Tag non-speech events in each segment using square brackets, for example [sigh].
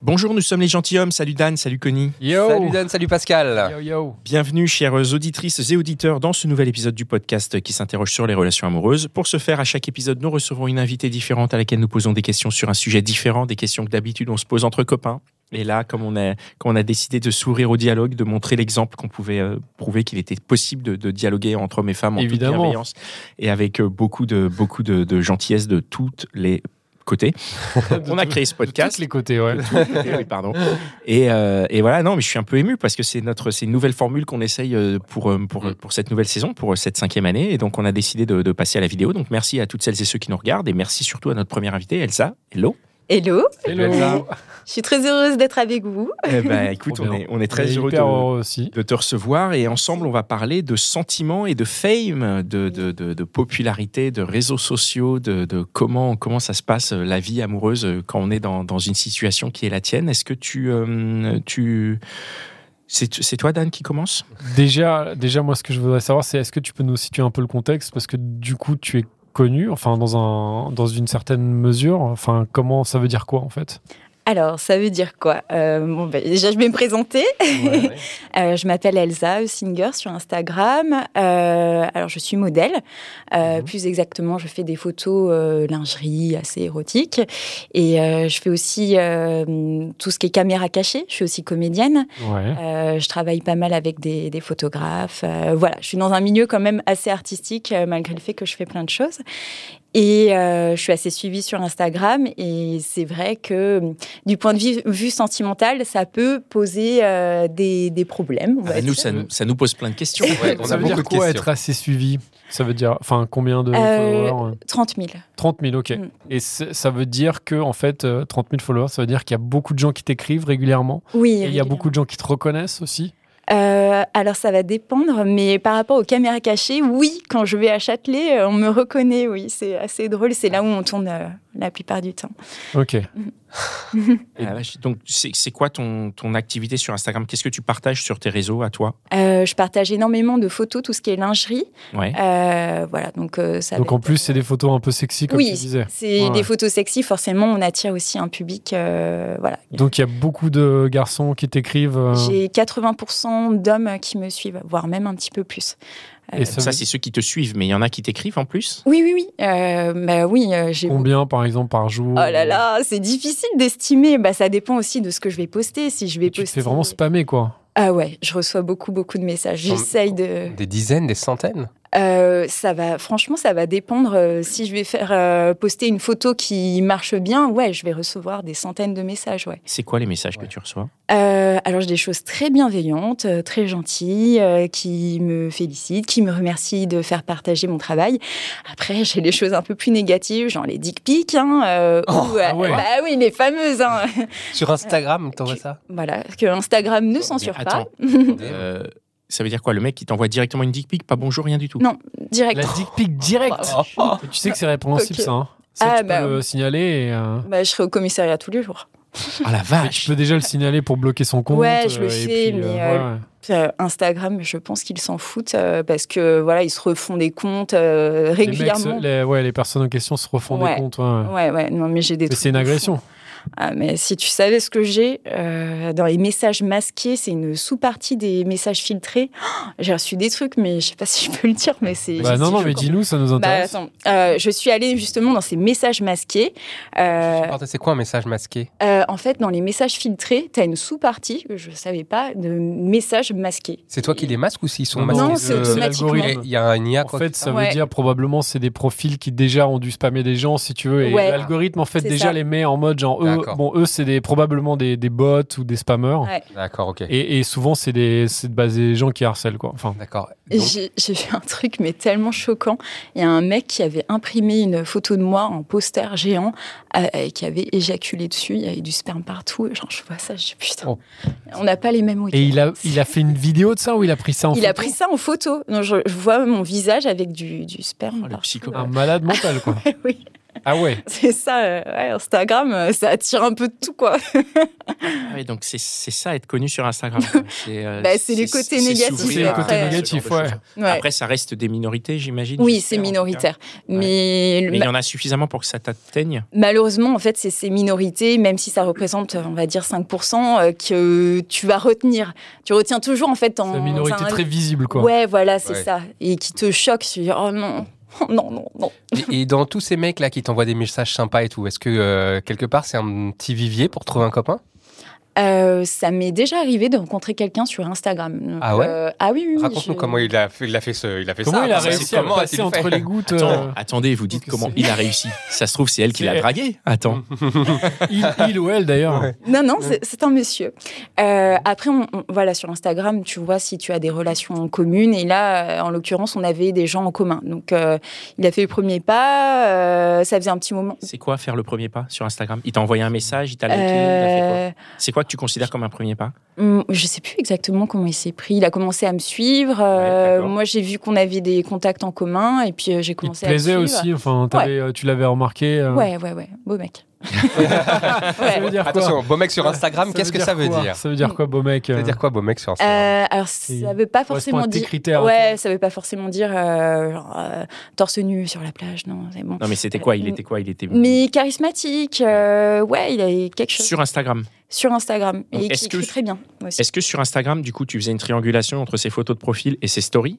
Bonjour, nous sommes les gentilshommes. Salut Dan, salut Connie. Yo. Salut Dan, salut Pascal. Yo [laughs] yo. Bienvenue, chères auditrices et auditeurs, dans ce nouvel épisode du podcast qui s'interroge sur les relations amoureuses. Pour ce faire, à chaque épisode, nous recevrons une invitée différente à laquelle nous posons des questions sur un sujet différent, des questions que d'habitude on se pose entre copains. Et là, comme on a, comme on a décidé de s'ouvrir au dialogue, de montrer l'exemple qu'on pouvait euh, prouver qu'il était possible de, de dialoguer entre hommes et femmes en toute Évidemment. bienveillance et avec euh, beaucoup de, beaucoup de, de gentillesse de toutes les côtés. On a créé ce podcast. Casse les côtés, ouais. [laughs] Eh oui, pardon. Et, euh, et voilà, non, mais je suis un peu ému parce que c'est notre, c'est une nouvelle formule qu'on essaye euh, pour, euh, pour, Mm. pour cette nouvelle saison, pour euh, cette cinquième année. Et donc, on a décidé de, de passer à la vidéo. Donc, merci à toutes celles et ceux qui nous regardent et merci surtout à notre première invitée, Elsa. Hello. Hello, Hello. Elsa. je suis très heureuse d'être avec vous. Eh ben, écoute, Trop on bien. est, on est très Et heureux de, hyper heureux aussi. de te recevoir et ensemble, on va parler de sentiments et de fame, de, de, de, de popularité, de réseaux sociaux, de, de comment, comment ça se passe euh, la vie amoureuse euh, quand on est dans, dans une situation qui est la tienne. Est-ce que tu. euh, tu... C'est c'est toi, Dan, qui commence Déjà, déjà, moi, ce que je voudrais savoir, c'est est-ce que tu peux nous situer un peu le contexte Parce que du coup, tu es connu, enfin, dans, un, dans une certaine mesure. Enfin, comment ça veut dire quoi, en fait Alors, ça veut dire quoi Euh, bon, ben, Déjà, je vais me présenter. [laughs] Euh, je m'appelle Elsa Singer sur Instagram. Euh, alors, je suis modèle. Euh, Mhm. Plus exactement, je fais des photos euh, lingerie assez érotiques. Et euh, je fais aussi euh, tout ce qui est caméra cachée. Je suis aussi comédienne. Ouais. Euh, je travaille pas mal avec des, des photographes. Euh, voilà, je suis dans un milieu quand même assez artistique, euh, malgré le fait que je fais plein de choses. Et euh, je suis assez suivie sur Instagram. Et c'est vrai que, hum, du point de vue, vue sentimental, ça peut poser euh, des, des problèmes. on va Ah, Nous, dire. ça, nous- ça nous pose plein de [laughs] questions. Ouais, on ça a veut dire beaucoup de quoi questions. être assez suivi Ça veut dire, enfin, combien de Euh, followers 30 000. 30 000, ok. Mm. Et c'est- ça veut dire que, en fait, euh, 30 000 followers, ça veut dire qu'il y a beaucoup de gens qui t'écrivent régulièrement. Oui. Et il y a beaucoup de gens qui te reconnaissent aussi. Euh, alors ça va dépendre, mais par rapport aux caméras cachées, oui, quand je vais à Châtelet, euh, on me reconnaît, oui, c'est assez drôle, c'est là où on tourne euh, la plupart du temps. Ok. Ah, vache. Donc, c'est c'est quoi ton, ton activité sur Instagram Qu'est-ce que tu partages sur tes réseaux à toi Euh, je partage énormément de photos, tout ce qui est lingerie. ouais. Euh, voilà, donc euh, ça. Donc va en être- plus, c'est des photos un peu sexy, comme oui, tu disais. c'est Ouais, ouais. des photos sexy. Forcément, on attire aussi un public. euh, voilà. Donc il y a beaucoup de garçons qui t'écrivent. euh, J'ai 80% d'hommes qui me suivent, voire même un petit peu plus. euh, et Ça, c'est ceux qui te suivent, mais il y en a qui t'écrivent en plus Oui, oui, oui. Euh, bah oui, euh, j'ai. Combien, par exemple, par jour euh, Oh là là, c'est difficile d'estimer. Bah, ça dépend aussi de ce que je vais poster. Si je vais Et Tu te poster. fais vraiment spammer, quoi. Ah ouais, je reçois beaucoup, beaucoup de messages. Comme- J'essaye de. Des dizaines, des centaines. Euh, ça va, franchement, ça va dépendre. euh, si je vais faire euh, poster une photo qui marche bien, ouais, je vais recevoir des centaines de messages, ouais. C'est quoi les messages Ouais. que tu reçois Euh, alors, j'ai des choses très bienveillantes, euh, très gentilles, euh, qui me félicitent, qui me remercient de faire partager mon travail. Après, j'ai des choses un peu plus négatives, genre les dick pics, hein, euh, ou, euh, ah ouais. bah oui, les fameuses, hein. Sur Instagram, t'aurais [laughs] ça voilà, que Instagram ne censure Mais pas. attends, euh, ça veut dire quoi Le mec, il t'envoie directement une dick pic Pas bonjour, rien du tout Non. Direct. La dick pic direct Oh, oh. Tu sais que c'est répréhensible, Ok. ça. hein. Ça, Ah, tu peux bah, le signaler et. euh, Bah, je serai au commissariat tous les jours. Ah la Tu vache peux déjà le signaler pour bloquer son compte. Ouais, je le euh, et sais, puis, euh, mais, euh, ouais, ouais. Euh, Instagram, je pense qu'ils s'en foutent euh, parce que voilà, ils se refont des comptes euh, régulièrement. Les, mecs, les- ouais, les personnes en question se refont Ouais. des comptes. ouais, ouais. Ouais, ouais, non, mais j'ai des Mais trucs c'est une de fou. agression. Ah, mais si tu savais ce que j'ai euh, dans les messages masqués, c'est une sous-partie des messages filtrés. Oh, j'ai reçu des trucs, mais je sais pas si je peux le dire, mais c'est. Bah c'est non, non, mais choquant. dis-nous, ça nous Bah, intéresse. attends, euh, je suis allée justement dans ces messages masqués. Euh, Attends, C'est quoi un message masqué euh, en fait, dans les messages filtrés, tu as une sous-partie, que je savais pas, de messages images masquées. C'est toi qui les masques ou s'ils sont Non, masqués non, c'est euh, automatiquement. l'algorithme. Il y a un IA En quoi. fait, ça Ouais. veut dire probablement c'est des profils qui déjà ont dû spammer des gens, si tu veux, et Ouais. l'algorithme en fait C'est déjà ça. les met en mode genre eux, D'accord. bon eux c'est des probablement des, des bots ou des spammers, Ouais. D'accord, ok. et, et souvent c'est des c'est bah, des gens qui harcèlent quoi. Enfin, D'accord. Et Donc, J'ai j'ai vu un truc, mais tellement choquant. Il y a un mec qui avait imprimé une photo de moi en poster géant euh, et qui avait éjaculé dessus. Il y avait du sperme partout. Genre, je vois ça, je dis putain, Oh. on n'a pas les mêmes week-ends. et il a il a fait une vidéo de ça ou il a pris ça en Il a photo pris ça en photo. Donc, je, je vois mon visage avec du, du sperme. Oh, le partout. psychopathe. un malade mental [laughs] quoi. oui, Ah ouais. c'est ça. euh, ouais, Instagram, euh, ça attire un peu de tout, quoi. Ah ouais, donc c'est c'est ça être connu sur [laughs] Instagram. C'est euh, Bah, c'est les côtés négatifs, s'ouvrir C'est les à côtés ce genre de négatifs, choses. ouais. Ouais. Après, ça reste des minorités, j'imagine. oui, j'espère, en c'est tout cas. minoritaire. Mais, le- Mais il y en a suffisamment pour que ça t'atteigne. Malheureusement, en fait, c'est ces minorités, même si ça représente, on va dire, 5%, euh, que tu vas retenir. Tu retiens toujours, en fait, en. C'est une minorité un- très visible quoi. Ouais, voilà, c'est Ouais. ça. Et qui te choque, tu dis, oh non, [laughs] non, non, non. et, et dans tous ces mecs là qui t'envoient des messages sympas et tout, est-ce que euh, quelque part c'est un petit vivier pour trouver un copain Euh, ça m'est déjà arrivé de rencontrer quelqu'un sur Instagram. Donc, Ah ouais euh, Ah oui, oui. oui, Raconte-nous je- comment il a fait, il a fait ce, il a fait Comment ça. il a parce que réussi à comment passer a-t-il fait entre les gouttes Attends, euh, attendez, vous dites donc comment c'est- il a réussi. Ça se trouve, c'est elle qui l'a C'est- dragué. Attends. euh, il, il ou elle d'ailleurs. Ouais. Non, non, c'est- c'est un monsieur. Euh, après, on- on- voilà, sur Instagram, tu vois si tu as des relations en communes. Et là, euh, en l'occurrence, on avait des gens en commun. Donc, euh, il a fait le premier pas. euh, ça faisait un petit moment. C'est quoi faire le premier pas sur Instagram Il t'a envoyé un message, il t'a liké, il a fait quoi Euh, C'est quoi que tu considères comme un premier pas hum, je sais plus exactement comment il s'est pris. Il a commencé à me suivre. euh, d'accord. moi, j'ai vu qu'on avait des contacts en commun et puis euh, j'ai Il te commencé à le plaisait suivre. aussi, enfin t'avais, euh, tu l'avais remarqué. euh, Ouais, ouais, ouais. Beau [laughs] mec. Ça veut ouais. dire quoi Attention, beau mec sur Instagram, Ça qu'est-ce que ça veut quoi dire Ça veut dire quoi, beau mec Ça veut euh, dire quoi, beau mec sur Instagram Euh, alors, Et ça veut pas correspond forcément à tes dire. critères. Ouais, ça veut pas forcément dire euh, genre, euh, torse nu sur la plage, non, c'est bon. Non, mais c'était quoi Il était quoi Il était euh, Mais charismatique, euh, ouais, il a quelque chose sur, sur Instagram. Instagram Donc, et est-ce qui que- écrit très bien aussi. Est-ce que sur Instagram, du coup, tu faisais une triangulation entre ses photos de profil et ses stories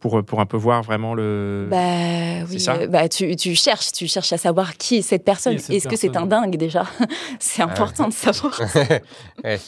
pour, euh, pour un peu voir vraiment le. Bah Euh, C'est oui, ça euh, bah tu, tu cherches, tu cherches à savoir qui est cette personne. Qui est cette Est-ce que c'est un personne dingue déjà [laughs] C'est Ah ouais. important [laughs] de savoir. Euh,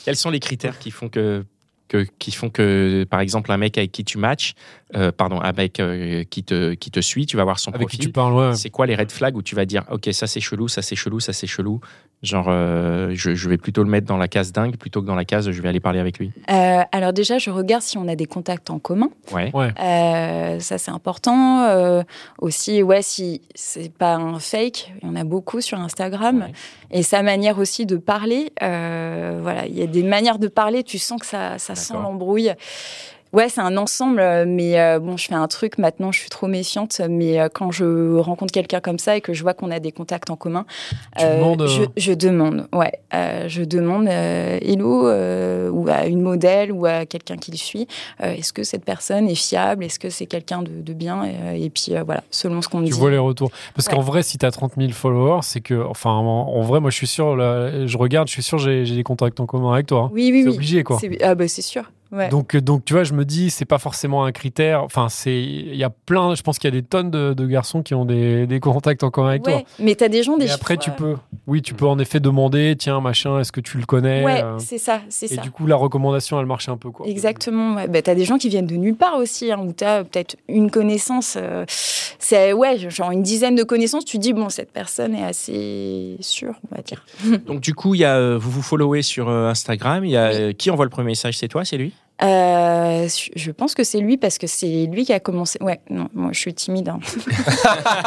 Quels sont les critères qui font que, que- qui font que, par exemple, un mec avec qui tu matches, euh, pardon, un mec euh, qui, te, qui te suit, tu vas voir son Avec qui profil. tu parles, ouais. C'est quoi les red flags où tu vas dire, ok, ça c'est chelou, ça c'est chelou, ça c'est chelou. Genre, euh, je, je vais plutôt le mettre dans la case dingue plutôt que dans la case, je vais aller parler avec lui. Euh, alors déjà, je regarde si on a des contacts en commun. Ouais. Euh, ça c'est important. Euh, aussi, ouais, si c'est pas un fake, il y en a beaucoup sur Instagram. Ouais. Et sa manière aussi de parler, euh, voilà, il y a des manières de parler, tu sens que ça, ça sent D'accord. l'embrouille. Ouais, c'est un ensemble, euh, mais euh, bon, je fais un truc maintenant, je suis trop méfiante, mais euh, quand je rencontre quelqu'un comme ça et que je vois qu'on a des contacts en commun, Tu demandes, euh, je, je demande, ouais, euh, je demande euh, hello euh, ou à une modèle ou à quelqu'un qui le suit, euh, est-ce que cette personne est fiable, est-ce que c'est quelqu'un de, de bien, Euh, et puis euh, voilà, selon ce qu'on me Tu dit. vois les retours. Parce Ouais. qu'en vrai, si t'as 30 000 followers, c'est que. Enfin, en, en vrai, moi, je suis sûr, là, je regarde, je suis sûr, j'ai j'ai des contacts en commun avec toi. hein. Oui, oui, c'est oui. obligé, quoi. C'est- Ah bah c'est sûr. Ouais. Donc, euh, donc, tu vois, je me dis, c'est pas forcément un critère. Enfin, c'est. Il y a plein. Je pense qu'il y a des tonnes de, de garçons qui ont des, des contacts en commun avec ouais. toi. Mais euh, t'as des gens, des Et après, fois, tu peux. Oui, tu peux en effet demander, tiens, machin, est-ce que tu le connais Ouais, euh, c'est ça, c'est Et ça. du coup, la recommandation, elle marche un peu, quoi. Exactement. Ouais. Bah, t'as des gens qui viennent de nulle part aussi, hein, où t'as euh, peut-être une connaissance. euh, c'est ouais, genre une dizaine de connaissances. Tu dis bon, cette personne est assez sûre, on va dire. Donc, du coup, il y a, euh, vous vous followez sur euh, Instagram. Il y a, euh, qui envoie le premier message C'est toi C'est lui Euh, je pense que c'est lui parce que c'est lui qui a commencé. Ouais, non, moi je suis timide. [laughs] Hein.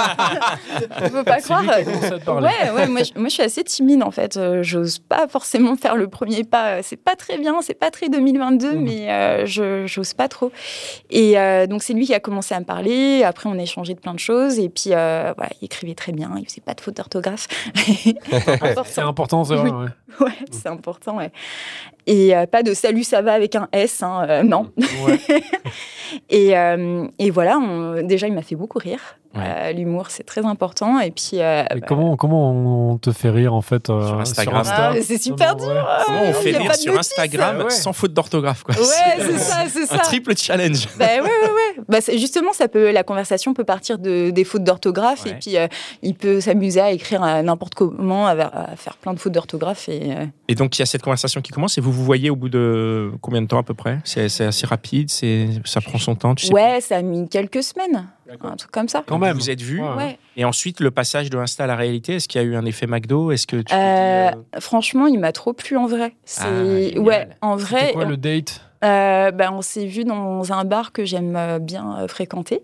Faut pas C'est croire. lui qui a commencé à te parler. Ouais, ouais, moi, je, moi, je suis assez timide en fait. Euh, J'ose pas forcément [laughs] faire le premier pas. Euh, C'est pas très bien, c'est pas très 2022, Mhm. mais euh, je j'ose pas trop. Et euh, donc c'est lui qui a commencé à me parler. Après on a échangé de plein de choses et puis euh, voilà, il écrivait très bien. Il faisait pas de faute d'orthographe. C'est Important. important, ça. Oui. ouais. Ouais, c'est important. ouais. Et euh, pas de salut, ça va avec un S, Mmh. [laughs] hein, euh, non. Ouais. Et, euh, et voilà, on- déjà il m'a fait beaucoup rire. Ouais. Euh, L'humour, c'est très important. Et puis, euh, Mais bah, comment, comment on te fait rire en fait euh, Sur Instagram. Insta Ah, mais c'est super Non, non, dur. ouais. Comment on il y fait a rire pas de sur notice. Instagram ouais. sans faute d'orthographe quoi. Ouais, c'est ça, c'est un ça. triple challenge. Ben ouais, ouais, ouais. Bah, c'est- justement, ça peut, la conversation peut partir de, des fautes d'orthographe Ouais. et puis euh, il peut s'amuser à écrire euh, n'importe comment, à, à faire plein de fautes d'orthographe. Et, euh, Et donc il y a cette conversation qui commence et vous vous voyez au bout de combien de temps à peu près C'est c'est assez rapide, c'est ça prend son temps. Tu sais ouais, ça a mis quelques semaines, un truc comme ça. Quand même. hein. Vous êtes vu. Ouais. Ouais. Et ensuite le passage de Insta à la réalité, est-ce qu'il y a eu un effet McDo Est-ce que tu t'es dit, Euh, euh, franchement, il m'a trop plu en vrai. C'est génial. ouais, en Ah, C'était vrai, quoi le date euh, ben, on s'est vu dans un bar que j'aime euh, bien euh, fréquenter.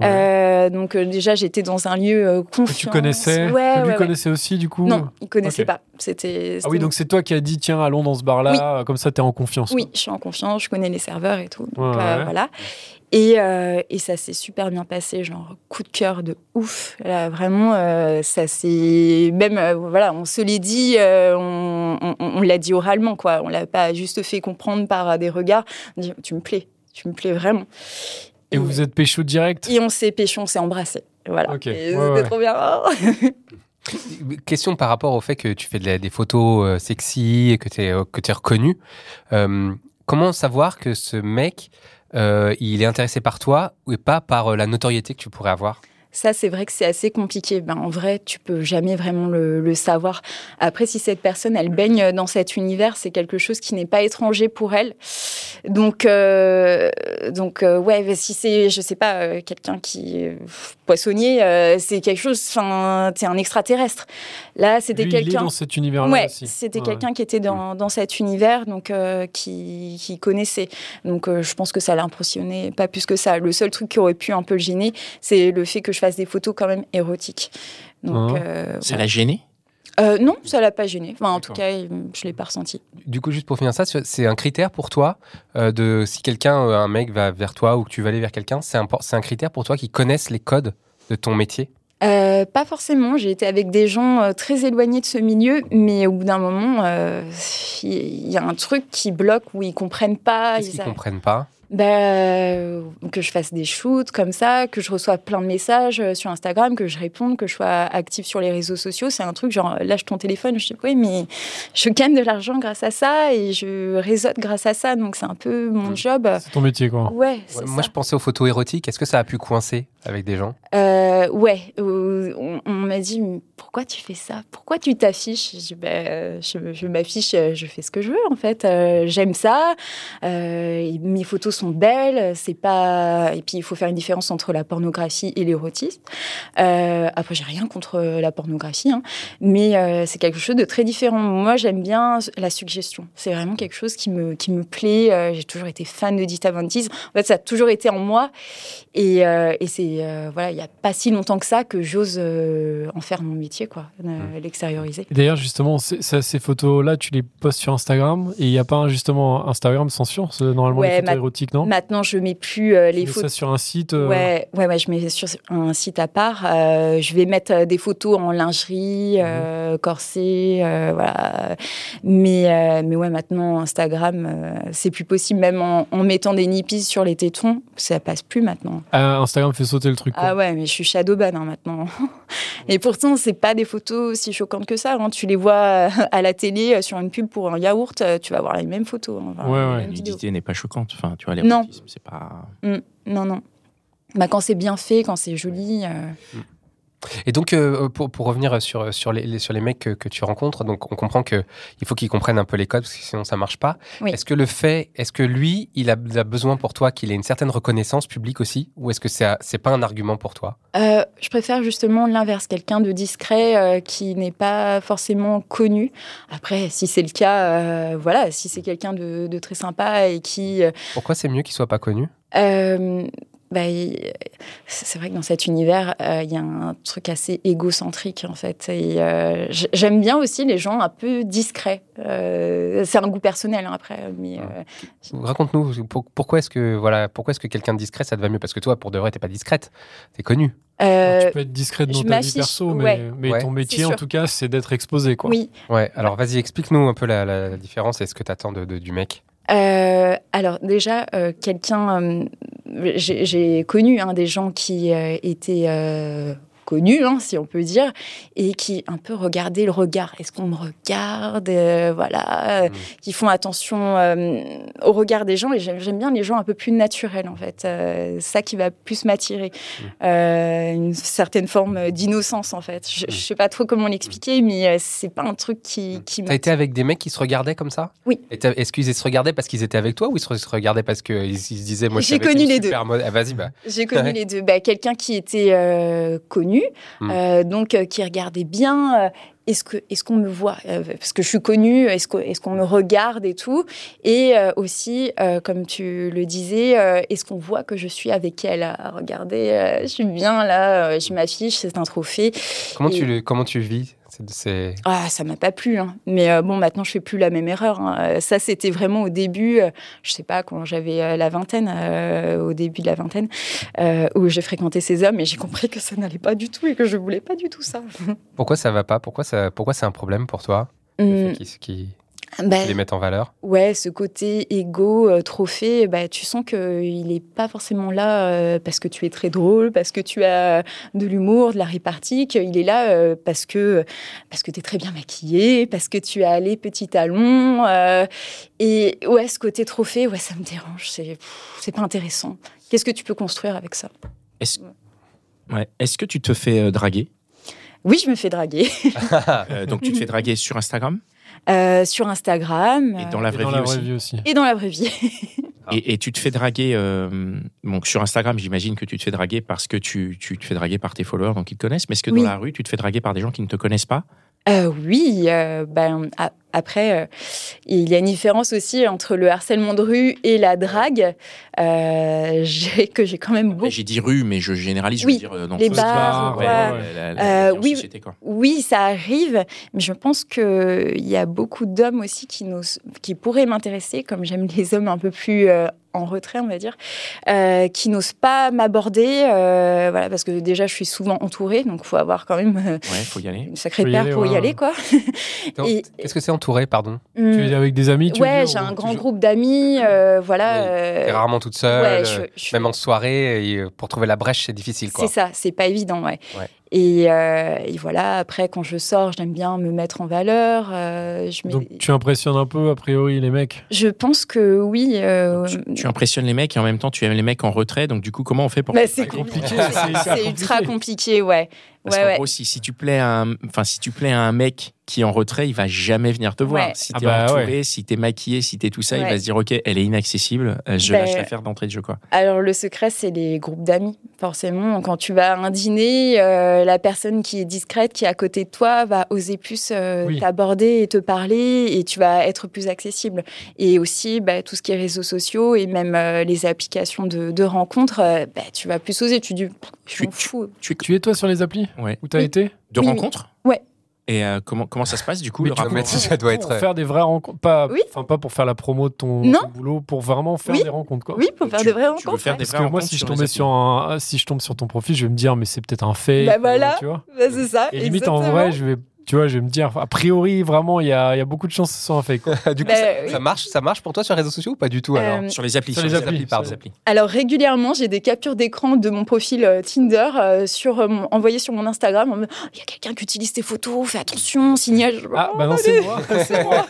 Ouais. Euh, donc euh, déjà, j'étais dans un lieu euh, que confiance. tu connaissais Que Ouais, lui ouais, ouais. connaissait aussi du coup Non, il connaissait Ok. pas. C'était. Ah oui, c'était- donc c'est toi qui as dit tiens, allons dans ce bar-là, comme ça t'es en confiance. Oui, je suis en confiance, je connais les serveurs et tout. Donc, Ouais, euh, ouais. voilà. Et, euh, et ça s'est super bien passé, genre coup de cœur de ouf. Là, vraiment, euh, ça s'est. Même, euh, voilà, on se l'est dit, euh, on, on- on l'a dit oralement, quoi. On l'a pas juste fait comprendre par euh, des regards. On dit, tu me plais, tu me plais vraiment. Et vous vous êtes pécho direct Et on s'est péché, on s'est embrassé. Voilà. Ok, Et ouais, C'était ouais. trop bien. Question par rapport au fait que tu fais de la- des photos euh, sexy et que tu es, reconnu. Euh, comment savoir que ce mec, euh, il est intéressé par toi et pas par euh, la notoriété que tu pourrais avoir Ça, c'est vrai que c'est assez compliqué. Ben, en vrai, tu peux jamais vraiment le, le savoir. Après, si cette personne, Mm. elle baigne dans cet univers, c'est quelque chose qui n'est pas étranger pour elle. Donc, euh, donc euh, ouais, ben, si c'est, je sais pas, euh, quelqu'un qui est poissonnier, euh, c'est quelque chose, enfin, t'es un extraterrestre. Là, c'était Lui, il est quelqu'un... dans cet univers-là Ouais, aussi. c'était Ouais. quelqu'un qui était dans, dans cet univers, donc euh, qui, qui connaissait. Donc euh, je pense que ça l'a impressionné, pas plus que ça. Le seul truc qui aurait pu un peu le gêner, c'est le fait que je fasse des photos quand même érotiques. Donc, Hein. euh, Ça voilà. l'a gêné Euh, non, ça l'a pas gêné. Enfin, en tout D'accord. cas, il- je l'ai pas ressenti. Du coup, juste pour finir ça, c'est un critère pour toi euh, de si quelqu'un, euh, un mec va vers toi ou que tu vas aller vers quelqu'un, c'est un, c'est un critère pour toi qui connaissent les codes de ton métier. Euh, pas forcément. J'ai été avec des gens euh, très éloignés de ce milieu, mais au bout d'un moment, euh, il y a un truc qui bloque où ils comprennent pas. Qu'est-ce ils qu'ils a- comprennent pas Ben, Bah, euh, que je fasse des shoots comme ça, que je reçois plein de messages euh, sur Instagram, que je réponde, que je sois active sur les réseaux sociaux. C'est un truc genre, euh, lâche ton téléphone, je dis oui, mais je gagne de l'argent grâce à ça et je réseaute grâce à ça. Donc c'est un peu mon Mm. job. C'est ton métier quoi. Ouais, c'est Moi, ça. je pensais aux photos érotiques. Est-ce que ça a pu coincer avec des gens Euh, ouais, euh, on, on m'a dit Mais pourquoi tu fais ça Pourquoi tu t'affiches Je dis Ben, euh, je, je m'affiche, euh, je fais ce que je veux en fait. Euh, J'aime ça. Euh, et mes photos sont belles. C'est pas et puis il faut faire une différence entre la pornographie et l'érotisme. Euh, après, j'ai rien contre la pornographie, hein, mais euh, c'est quelque chose de très différent. Moi, j'aime bien la suggestion. C'est vraiment quelque chose qui me qui me plaît. Euh, j'ai toujours été fan de Dita Von Teese. En fait, ça a toujours été en moi. Et, euh, et c'est euh, voilà, il n'y a pas si longtemps que ça que j'ose euh, en faire mon métier, quoi, euh, Mmh. l'extérioriser. Et D'ailleurs, justement, c'est- ça, ces photos-là, tu les postes sur Instagram et il n'y a pas justement Instagram censure, c'est normalement Ouais, les photos ma- érotiques, non Maintenant, je mets plus euh, Tu les mets photos. ça sur un site. euh, Ouais, ouais, ouais, je mets sur un site à part. Euh, je vais mettre euh, des photos en lingerie, euh, Mmh. corset, euh, voilà. Mais, euh, mais ouais, maintenant, Instagram, euh, c'est plus possible. Même en, en mettant des nippies sur les tétons, ça passe plus maintenant. ah, Instagram fait sauter le truc. quoi. Ah ouais, mais je suis shadowban hein, maintenant. [laughs] Et pourtant, c'est pas des photos aussi choquantes que ça. hein. Tu les vois euh, [laughs] à la télé euh, sur une pub pour un yaourt, euh, tu vas voir les mêmes photos. hein, enfin, Ouais, les ouais. mêmes La vidéos. nudité n'est pas choquante. Enfin, tu vois, Non. l'érotisme, c'est pas. Non, non. Bah, quand c'est bien fait, quand c'est joli. euh, Et donc, euh, pour, pour revenir sur, sur, les, les- sur les mecs que, que tu rencontres, donc on comprend que il faut qu'ils comprennent un peu les codes parce que sinon ça marche pas. Oui. Est-ce que le fait, est-ce que lui, il a, il a besoin pour toi qu'il ait une certaine reconnaissance publique aussi, ou est-ce que c'est un- c'est pas un argument pour toi Euh, je préfère justement l'inverse, quelqu'un de discret euh, qui n'est pas forcément connu. Après, si c'est le cas, euh, voilà, si c'est quelqu'un de, de très sympa et qui euh, Pourquoi c'est mieux qu'il soit pas connu Euh, bah, il- c'est vrai que dans cet univers, euh, il y a un truc assez égocentrique en fait. Et euh, j- j'aime bien aussi les gens un peu discrets. Euh, c'est un goût personnel hein, après, mais euh, Raconte-nous pour- pourquoi est-ce que voilà, pourquoi est-ce que quelqu'un de discret ça te va mieux Parce que toi, pour de vrai, t'es pas discrète, t'es connu. euh, Alors, tu peux être discret dans je ta vie m'affiche, perso, mais, ouais. mais Ouais. ton métier, C'est en sûr. tout cas, c'est d'être exposé. Quoi. oui. Ouais. Alors vas-y, explique-nous un peu la, la différence et ce que t'attends de, de- du mec. Euh, alors déjà, euh, quelqu'un euh, j'ai j'ai connu hein, des gens qui euh, étaient euh, connus, hein, si on peut dire, et qui un peu regardaient le regard. Est-ce qu'on me regarde Euh, Voilà, euh, Mm. qui font attention euh, au regard des gens. Et j'aime j'aime bien les gens un peu plus naturels, en fait. Euh, ça qui va plus m'attirer. Mmh. Euh, une certaine forme d'innocence, en fait. Je, Mm. je sais pas trop comment l'expliquer, mais euh, c'est pas un truc qui, qui Mmh. T'as été avec des mecs qui se regardaient comme ça Oui. Et t'as- Est-ce qu'ils se regardaient parce qu'ils étaient avec toi ou ils se se regardaient parce qu'ils ils se disaient moi je suis J'ai avec connu une les deux. super mode- Ah, vas-y, bah. J'ai connu Ouais. les deux. Bah, Quelqu'un qui était euh, connu, Hmm. euh, donc euh, qui regardait bien. euh, est-ce que est-ce qu'on me voit Euh, Parce que je suis connue. Est-ce que- est-ce qu'on me regarde et tout Et euh, aussi, euh, comme tu le disais, euh, est-ce qu'on voit que je suis avec elle à regarder euh, Je suis bien là. euh, je m'affiche. C'est un trophée. Comment, tu, Et- le- comment tu vis C'est- c'est- Ah, ça m'a pas plu. hein. Mais euh, bon, maintenant, je fais plus la même erreur. hein. Euh, Ça, c'était vraiment au début, euh, je sais pas, quand j'avais euh, la vingtaine, euh, au début de la vingtaine, euh, où j'ai fréquenté ces hommes et j'ai compris que ça n'allait pas du tout et que je voulais pas du tout ça. Pourquoi ça va pas Pourquoi, ça... Pourquoi c'est un problème pour toi le Hum, fait qu'ils qu'ils- bah, qu'ils les mettent en valeur ouais, ce côté égo, euh, trophée, bah, tu sens qu'il n'est pas forcément là euh, parce que tu es très drôle, parce que tu as de l'humour, de la répartie, qu'il est là euh, parce que, parce que tu es très bien maquillée, parce que tu as les petits talons. euh, et ouais, ce côté trophée, ouais, ça me dérange, c'est pff, c'est pas intéressant. Qu'est-ce que tu peux construire avec ça Ouais. Est-ce que tu te fais euh, draguer Oui, je me fais draguer [laughs] Euh, Donc tu te fais draguer sur Instagram Euh, sur Instagram. et euh, dans la Et vraie dans vie la aussi. vraie vie aussi. et dans la vraie vie. Et, et tu te fais draguer euh, donc sur Instagram, j'imagine que tu te fais draguer parce que tu, tu te fais draguer par tes followers, donc ils te connaissent. Mais est-ce que Oui. dans la rue, tu te fais draguer par des gens qui ne te connaissent pas Euh, oui, euh, ben, a- après, euh, il y a une différence aussi entre le harcèlement de rue et la drague, euh, j'ai- que j'ai quand même Là, beaucoup. J'ai dit rue, mais je généralise. Oui, je veux dire euh, dans les tous bars, cas, ouais. la- la- la- Euh, la oui. société, quoi. Oui, ça arrive, mais je pense qu'il y a beaucoup d'hommes aussi qui, n'osent- qui pourraient m'intéresser, comme j'aime les hommes un peu plus euh, en retrait, on va dire, euh, qui n'osent pas m'aborder, euh, voilà, parce que déjà je suis souvent entourée, donc il faut avoir quand même euh, Ouais, faut y aller. une sacrée Faut y paire aller, pour y ouais. aller, quoi. Hmm. Donc, Et- Qu'est-ce que c'est entouré, pardon Tu es avec des amis tu veux ouais, dire, j'ai ou un grand toujours- groupe d'amis, euh, voilà. Oui, euh, T'es rarement toute seule, ouais, je- euh, je- même en soirée, et, euh, pour trouver la brèche, c'est difficile. Quoi. C'est ça, c'est pas évident, ouais. Ouais. Et, euh, et voilà, après, quand je sors, j'aime bien me mettre en valeur. euh, je, mets- Donc tu impressionnes un peu, a priori, les mecs. je pense que oui. euh, Tu, tu impressionnes les mecs et en même temps tu aimes les mecs en retrait. Donc du coup, comment on fait pour bah, te c'est draguer compliqué. compliqué, c'est- c'est hyper C'est ultra compliqué, ouais. Parce ouais, qu'en ouais. gros, si, si tu plais à un, enfin si tu plais à un mec qui est en retrait, il va jamais venir te voir. Ouais. Si Ah t'es bah entouré, si t'es maquillé, si t'es tout ça, il Ouais. va se dire ok, elle est inaccessible, euh, je Ben- lâche l'affaire d'entrée de jeu quoi. Alors, le secret, c'est les groupes d'amis. Forcément, quand tu vas à un dîner, euh, la personne qui est discrète, qui est à côté de toi, va oser plus euh, Oui. t'aborder et te parler et tu vas être plus accessible. Et aussi, bah, tout ce qui est réseaux sociaux et même euh, les applications de, de rencontres, euh, bah, tu vas plus oser. Tu dis, je Tu- m'en fous. Tu es toi sur les applis Ouais. Où t'as Oui. été De Oui, oui. rencontres Ouais. Et euh, comment comment ça se passe du coup Mais le tu Non, rapport mais comprends. ça doit Pour euh, être. faire des vraies rencontres, pas, Oui. enfin, pas pour faire la promo de ton, Non. ton boulot, pour vraiment faire Oui. des rencontres. Quoi. Oui, pour faire Tu- de vraies Tu veux rencontres. faire ouais. des Parce vraies que moi, rencontres si je, sur tombais les sur un, si je tombe sur ton profil, je vais me dire, mais c'est peut-être un fait. Bah voilà. Bah, c'est ça. Et limite, en exactement. vrai, je vais, tu vois, je vais me dire, a priori, vraiment, il y a, il y a beaucoup de chances que ce soit un fake. quoi. [laughs] du coup, Bah, ça, oui. ça marche, ça marche pour toi sur les réseaux sociaux ou pas du tout alors Euh, sur les applis, Sur les applis, pardon. sur les Alors régulièrement, j'ai des captures d'écran de mon profil euh, Tinder euh, sur euh, mon- envoyées sur mon Instagram. en mode, Oh, Il y a quelqu'un qui utilise tes photos, fais attention, signale. Je- Ah, Oh, bah non, c'est moi. [laughs] c'est moi.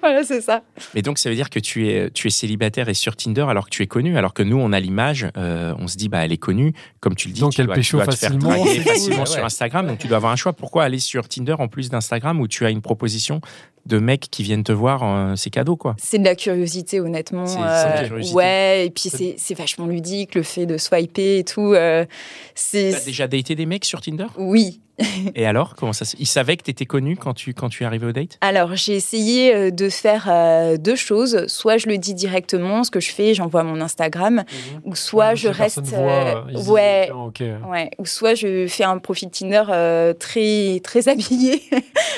voilà, c'est ça. Mais donc, ça veut dire que tu es, tu es célibataire et sur Tinder alors que tu es connu, alors que nous, on a l'image, euh, on se dit, bah, elle est connue, comme tu le dis, Donc, tu elle dois, pécho tu dois te faire facilement, draguer [laughs] c'est facilement cool. sur Ouais. Instagram, donc tu dois avoir un choix. Pourquoi aller sur Tinder en plus d'Instagram où tu as une proposition de mecs qui viennent te voir, euh, c'est cadeau, quoi. C'est de la curiosité, honnêtement. euh, C'est- c'est de la curiosité. Ouais, et puis c'est c'est vachement ludique, le fait de swiper et tout. euh, c'est T'as déjà daté des mecs sur Tinder oui. Et alors, comment ça se... Ils savaient que t'étais connu quand tu, quand tu es arrivé au date Alors j'ai essayé euh, de faire euh, deux choses. Soit je le dis directement, ce que je fais, j'envoie mon Instagram, ou soit je reste. Personne voit, euh, ils se disent, ouais. tiens, ok. Ouais, ou soit [laughs] je fais un profil Tinder euh, très très habillé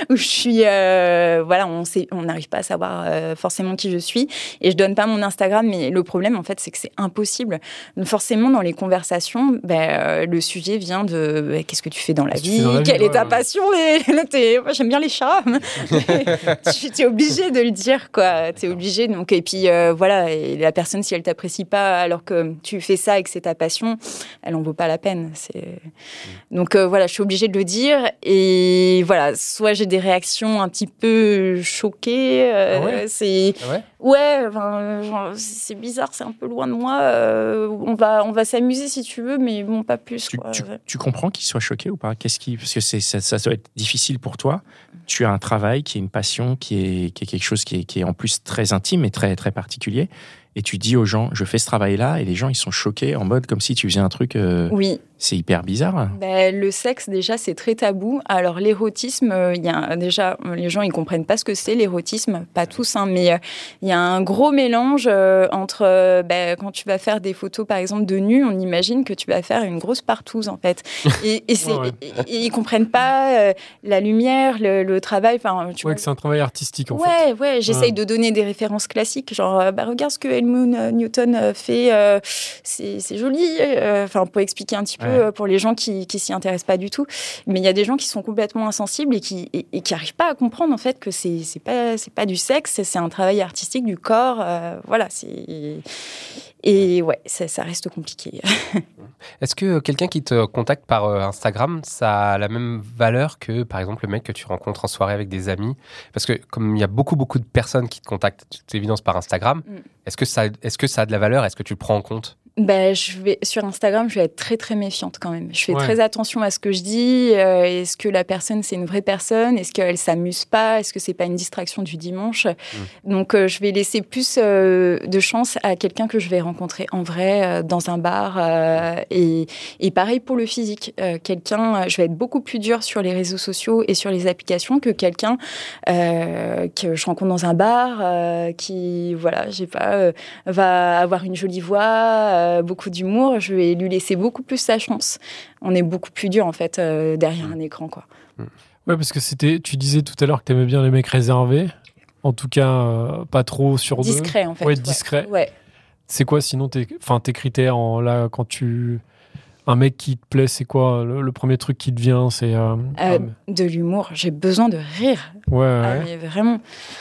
où je suis euh, voilà, on sait, on n'arrive pas à savoir euh, forcément qui je suis. Et je donne pas mon Instagram, mais le problème, en fait, c'est que c'est impossible. Donc, forcément, dans les conversations, ben, euh, le sujet vient de ben, qu'est-ce que tu fais dans la Qu'est-ce que tu vie, fais dans la vie, quelle est ta ouais. passion. les- là, t'es- moi, j'aime bien [laughs] les chats. [laughs] tu es obligé de le dire, quoi. Tu es obligé. Donc, et puis, euh, voilà, et la personne, si elle t'apprécie pas alors que tu fais ça et que c'est ta passion, elle en vaut pas la peine. C'est... Donc euh, voilà, je suis obligée de le dire. Et voilà, soit j'ai des réactions un petit peu choquées. euh, Ah ouais c'est Ah ouais ouais, enfin, euh, genre, c'est bizarre, c'est un peu loin de moi. euh, on va, on va s'amuser si tu veux, mais bon, pas plus. Tu, quoi. tu- Ouais. tu comprends qu'il soit choqué ou pas Qu'est-ce qui parce que c'est ça, ça doit être difficile pour toi. Tu as un travail qui est une passion, qui est, qui est quelque chose qui est, qui est en plus très intime et très très particulier. Et tu dis aux gens, je fais ce travail-là, et les gens ils sont choqués en mode comme si tu faisais un truc. euh, Oui, C'est hyper bizarre. Ben, le sexe déjà c'est très tabou. Alors l'érotisme, euh, il y a déjà euh, les gens ils comprennent pas ce que c'est l'érotisme, pas tous, hein, mais euh, il y a un gros mélange euh, entre euh, ben, quand tu vas faire des photos par exemple de nu, on imagine que tu vas faire une grosse partouze en fait, et, [laughs] et c'est- Ouais, ouais. et- et ils comprennent pas euh, la lumière, le, le travail, enfin tu Ouais, vois, que c'est un travail artistique en ouais, fait. Hein. ouais, j'essaye Ouais. de donner des références classiques, genre, euh, bah, regarde ce que Helmut euh, Newton euh, fait, euh, c'est c'est joli, euh, enfin, pour expliquer un petit peu Ouais. euh, pour les gens qui, qui s'y intéressent pas du tout. Mais il y a des gens qui sont complètement insensibles et qui et, et qui arrivent pas à comprendre, en fait, que c'est c'est pas, c'est pas du sexe, c'est- c'est un travail artistique du corps, euh, voilà, c'est... Et ouais, ça, ça reste compliqué. Est-ce que euh, quelqu'un qui te contacte par euh, Instagram, ça a la même valeur que, par exemple, le mec que tu rencontres en soirée avec des amis Parce que comme il y a beaucoup, beaucoup de personnes qui te contactent, de toute évidence, par Instagram, Mm. est-ce que, est que ça a de la valeur Est-ce que tu le prends en compte Ben, je vais sur Instagram, je vais être très très méfiante quand même. Je fais Ouais. très attention à ce que je dis. Euh, Est-ce que la personne c'est une vraie personne Est-ce qu'elle s'amuse pas Est-ce que c'est pas une distraction du dimanche Donc euh, je vais laisser plus euh, de chance à quelqu'un que je vais rencontrer en vrai euh, dans un bar. euh, et, et pareil pour le physique. Euh, quelqu'un, euh, je vais être beaucoup plus dure sur les réseaux sociaux et sur les applications que quelqu'un euh, que je rencontre dans un bar, euh, qui voilà, j'ai pas. euh, va avoir une jolie voix, euh, beaucoup d'humour, je vais lui laisser beaucoup plus sa chance. On est beaucoup plus dur en fait euh, Mm. derrière un écran quoi. Ouais, parce que c'était, tu disais tout à l'heure que t'aimais bien les mecs réservés. En tout cas, euh, pas trop sur deux. Discret en fait. Ouais, discret. Ouais. C'est quoi sinon tes, enfin, tes critères en, là, quand tu. Un mec qui te plaît, c'est quoi le, le premier truc qui te vient C'est. euh, ah, Euh, mais- de l'humour, j'ai besoin de rire. ouais, Ah, ouais. [laughs] mais vraiment.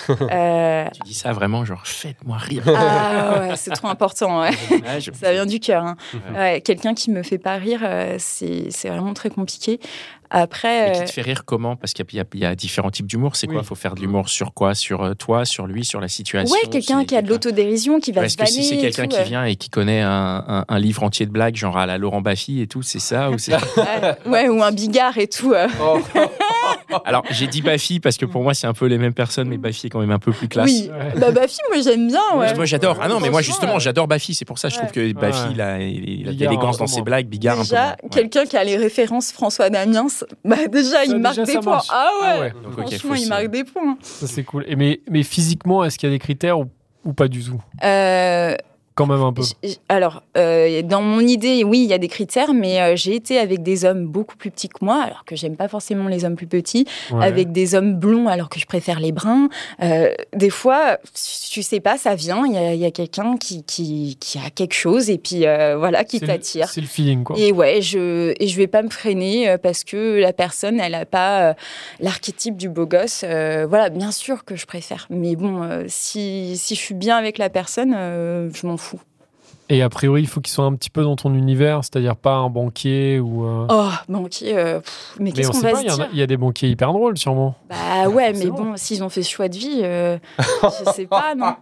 Euh, Tu dis ça vraiment genre faites-moi rire. ah ouais, c'est trop important. ouais. Ouais, je- Ah. Ça vient du cœur. hein. Ouais. Ouais, Quelqu'un qui me fait pas rire, euh, c'est c'est vraiment très compliqué. Après, Mais qui euh, te fait rire comment Parce qu'il y, a- il y a différents types d'humour. C'est quoi Oui. Faut faire de l'humour sur quoi Sur euh, toi, sur lui, sur la situation. ouais, quelqu'un si qui a de l'autodérision, qui va Est-ce se que vanner. si c'est Bah, et quelqu'un tout, qui euh, vient et qui connaît un, un- un livre entier de blagues, genre à la Laurent Baffy et tout, c'est ça ou c'est... [laughs] euh, ouais, ouais, ou un bigard et [laughs] tout. euh, Alors j'ai dit Baffy parce que pour moi c'est un peu les mêmes personnes, mais Baffy est quand même un peu plus classe. Oui. [laughs] Ouais. Bah, bah, fille, moi j'aime bien. Parce Ouais. que Moi j'adore. Ah non, mais moi Franchement, justement euh, j'adore Baffy. C'est pour ça je trouve que Baffy, il a, il a de Bigard, l'élégance un peu dans ses moins. blagues, Bigard un déjà, peu. moins. Ouais. quelqu'un qui a les références François Damiens, [laughs] bah déjà, il déjà, marque des ça points. marche. Ah ouais, Ah ouais. euh, Donc, ok, franchement, faut il se- marque des points. Ça, c'est cool. Et mais, mais physiquement, est-ce qu'il y a des critères ou, ou pas du tout Euh, Quand même un peu. j- j- alors, euh, dans mon idée, oui, il y a des critères, mais euh, j'ai été avec des hommes beaucoup plus petits que moi, alors que j'aime pas forcément les hommes plus petits, Ouais. avec des hommes blonds, alors que je préfère les bruns. Euh, des fois, tu sais pas, ça vient, il y a, il y a quelqu'un qui, qui, qui a quelque chose, et puis euh, voilà, qui C'est le- t'attire. C'est le feeling, quoi. Et ouais, je et je vais pas me freiner euh, parce que la personne, elle a pas euh, l'archétype du beau gosse. Euh, voilà, bien sûr que je préfère. Mais bon, euh, si, si je suis bien avec la personne, euh, je m'en fous. Et a priori, il faut qu'ils soient un petit peu dans ton univers, c'est-à-dire pas un banquier ou. euh, Oh, banquier, euh, pff, mais mais qu'est-ce on qu'on sait va pas, se il y, en dire a- il y a des banquiers hyper drôles, sûrement. Bah ouais, mais forcément. bon, s'ils ont fait ce choix de vie, [laughs] euh, je sais pas, non.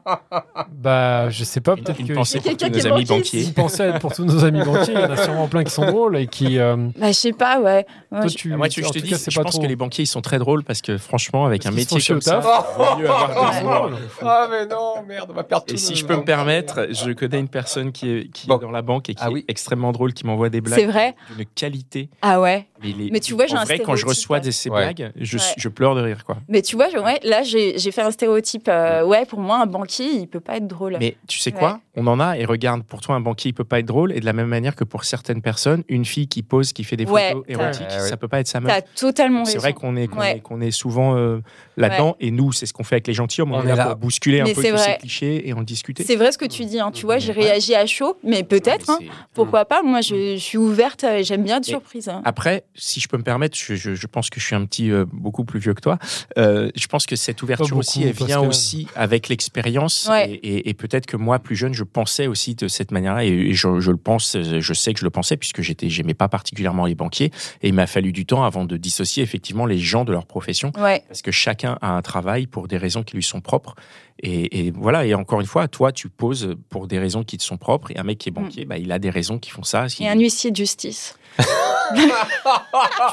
Bah, je sais pas, peut-être Ah. Une que. pensée pour quelqu'un tous qui nos est amis banquier. banquiers. J'y pensais pour tous nos amis banquiers, il y en a sûrement plein qui sont drôles et qui. euh, Bah je sais pas, ouais. Ouais, toi, je- tu, Ah, Moi, tu, en je te tout dis, cas, c'est je pas pense trop- que les banquiers, ils sont très drôles parce que franchement, avec Parce un qu'ils métier sont comme chez au ça, vaut mieux avoir [laughs] de l'humour. Ah, mais non, merde, on va perdre Et si je hein. peux me permettre, je connais une personne qui est, qui est Bon. dans la banque et qui Ah oui. est extrêmement drôle, qui m'envoie des blagues C'est vrai d'une qualité Ah ouais. mais il est- Mais tu vois, j'ai en un vrai, quand je stéréotype, reçois ouais. des, ces Ouais. blagues, je, Ouais. je pleure de rire. quoi. Mais tu vois, je- ouais, là, j'ai j'ai fait un stéréotype. euh, ouais, pour moi, un banquier, il peut pas être drôle. Mais tu sais Ouais. quoi On en a et regarde, pour toi, un banquier, il peut pas être drôle. Et de la même manière que pour certaines personnes, une fille qui pose, qui fait des Ouais, photos t'as- érotiques, Ouais, ouais. ça peut pas être sa meuf. T'as totalement raison. C'est vrai qu'on est, qu'on Ouais. est, qu'on est souvent euh, là-dedans. Et nous, c'est ce qu'on fait avec les gentilshommes. On, est là, pour bousculer un Mais peu c'est tous ces vrai. clichés et en discuter. C'est vrai ce que tu dis. hein. Tu vois, j'ai Ouais. réagi à chaud, mais peut-être. hein. Mais c'est- Pourquoi pas Moi, je, je suis ouverte. euh, J'aime bien être Mais- surprise. hein. Après, si je peux me permettre, je, je- je pense que je suis un petit euh, beaucoup plus vieux que toi. Euh, je pense que cette ouverture beaucoup, aussi, elle vient Pascal. aussi avec l'expérience. Ouais. Et, et- et peut-être que moi, plus jeune, je pensais aussi de cette manière-là. Et je, je le pense, je sais que je le pensais, puisque j'étais, j'aimais pas particulièrement les banquiers. Et il m'a fallu du temps avant de dissocier effectivement les gens de leur profession. Ouais. Parce que chacun a un travail pour des raisons qui lui sont propres. Et, et voilà. Et encore une fois, toi, tu poses pour des raisons qui te sont propres. Et un mec qui est banquier, bah, il a des raisons qui font ça. Mm. Et un huissier de justice.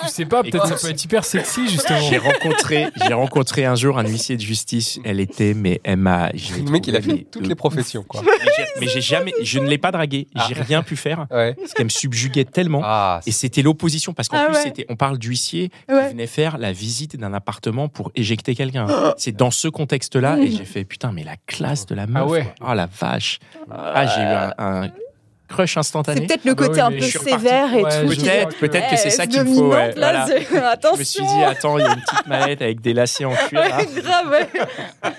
Je sais pas, peut-être Ah. Écoute, ça peut être hyper sexy, justement. [laughs] J'ai rencontré, j'ai rencontré un jour un huissier de justice. Elle était, mais elle m'a. je l'ai Le mec, il a trouvée, fait mais toutes de les professions, quoi. ouf. Mais j'ai- Mais j'ai jamais, je ne l'ai pas draguée. J'ai rien pu faire Ouais. parce qu'elle me subjuguait tellement. Ah, Et c'était l'opposition parce qu'en Ah plus, ouais. c'était, on parle d'huissier qui Ouais. venait faire la visite d'un appartement pour éjecter quelqu'un. C'est dans ce contexte-là et j'ai fait putain, mais la classe de la meuf. Ah ouais. quoi. Oh la vache. Ah, j'ai eu un, un crush C'est instantané. peut-être le Ah bah côté oui, un mais peu je suis reparti. sévère et Ouais, tout. je- qui- Peut-être, peut-être que c'est ça Eh, qu'il me faut. ouais, dominante, là, voilà. c'est- [laughs] Attention. Je me suis dit, ah, attends, il y a une petite mallette avec des lacets en cuir. là. Ouais, grave. ouais.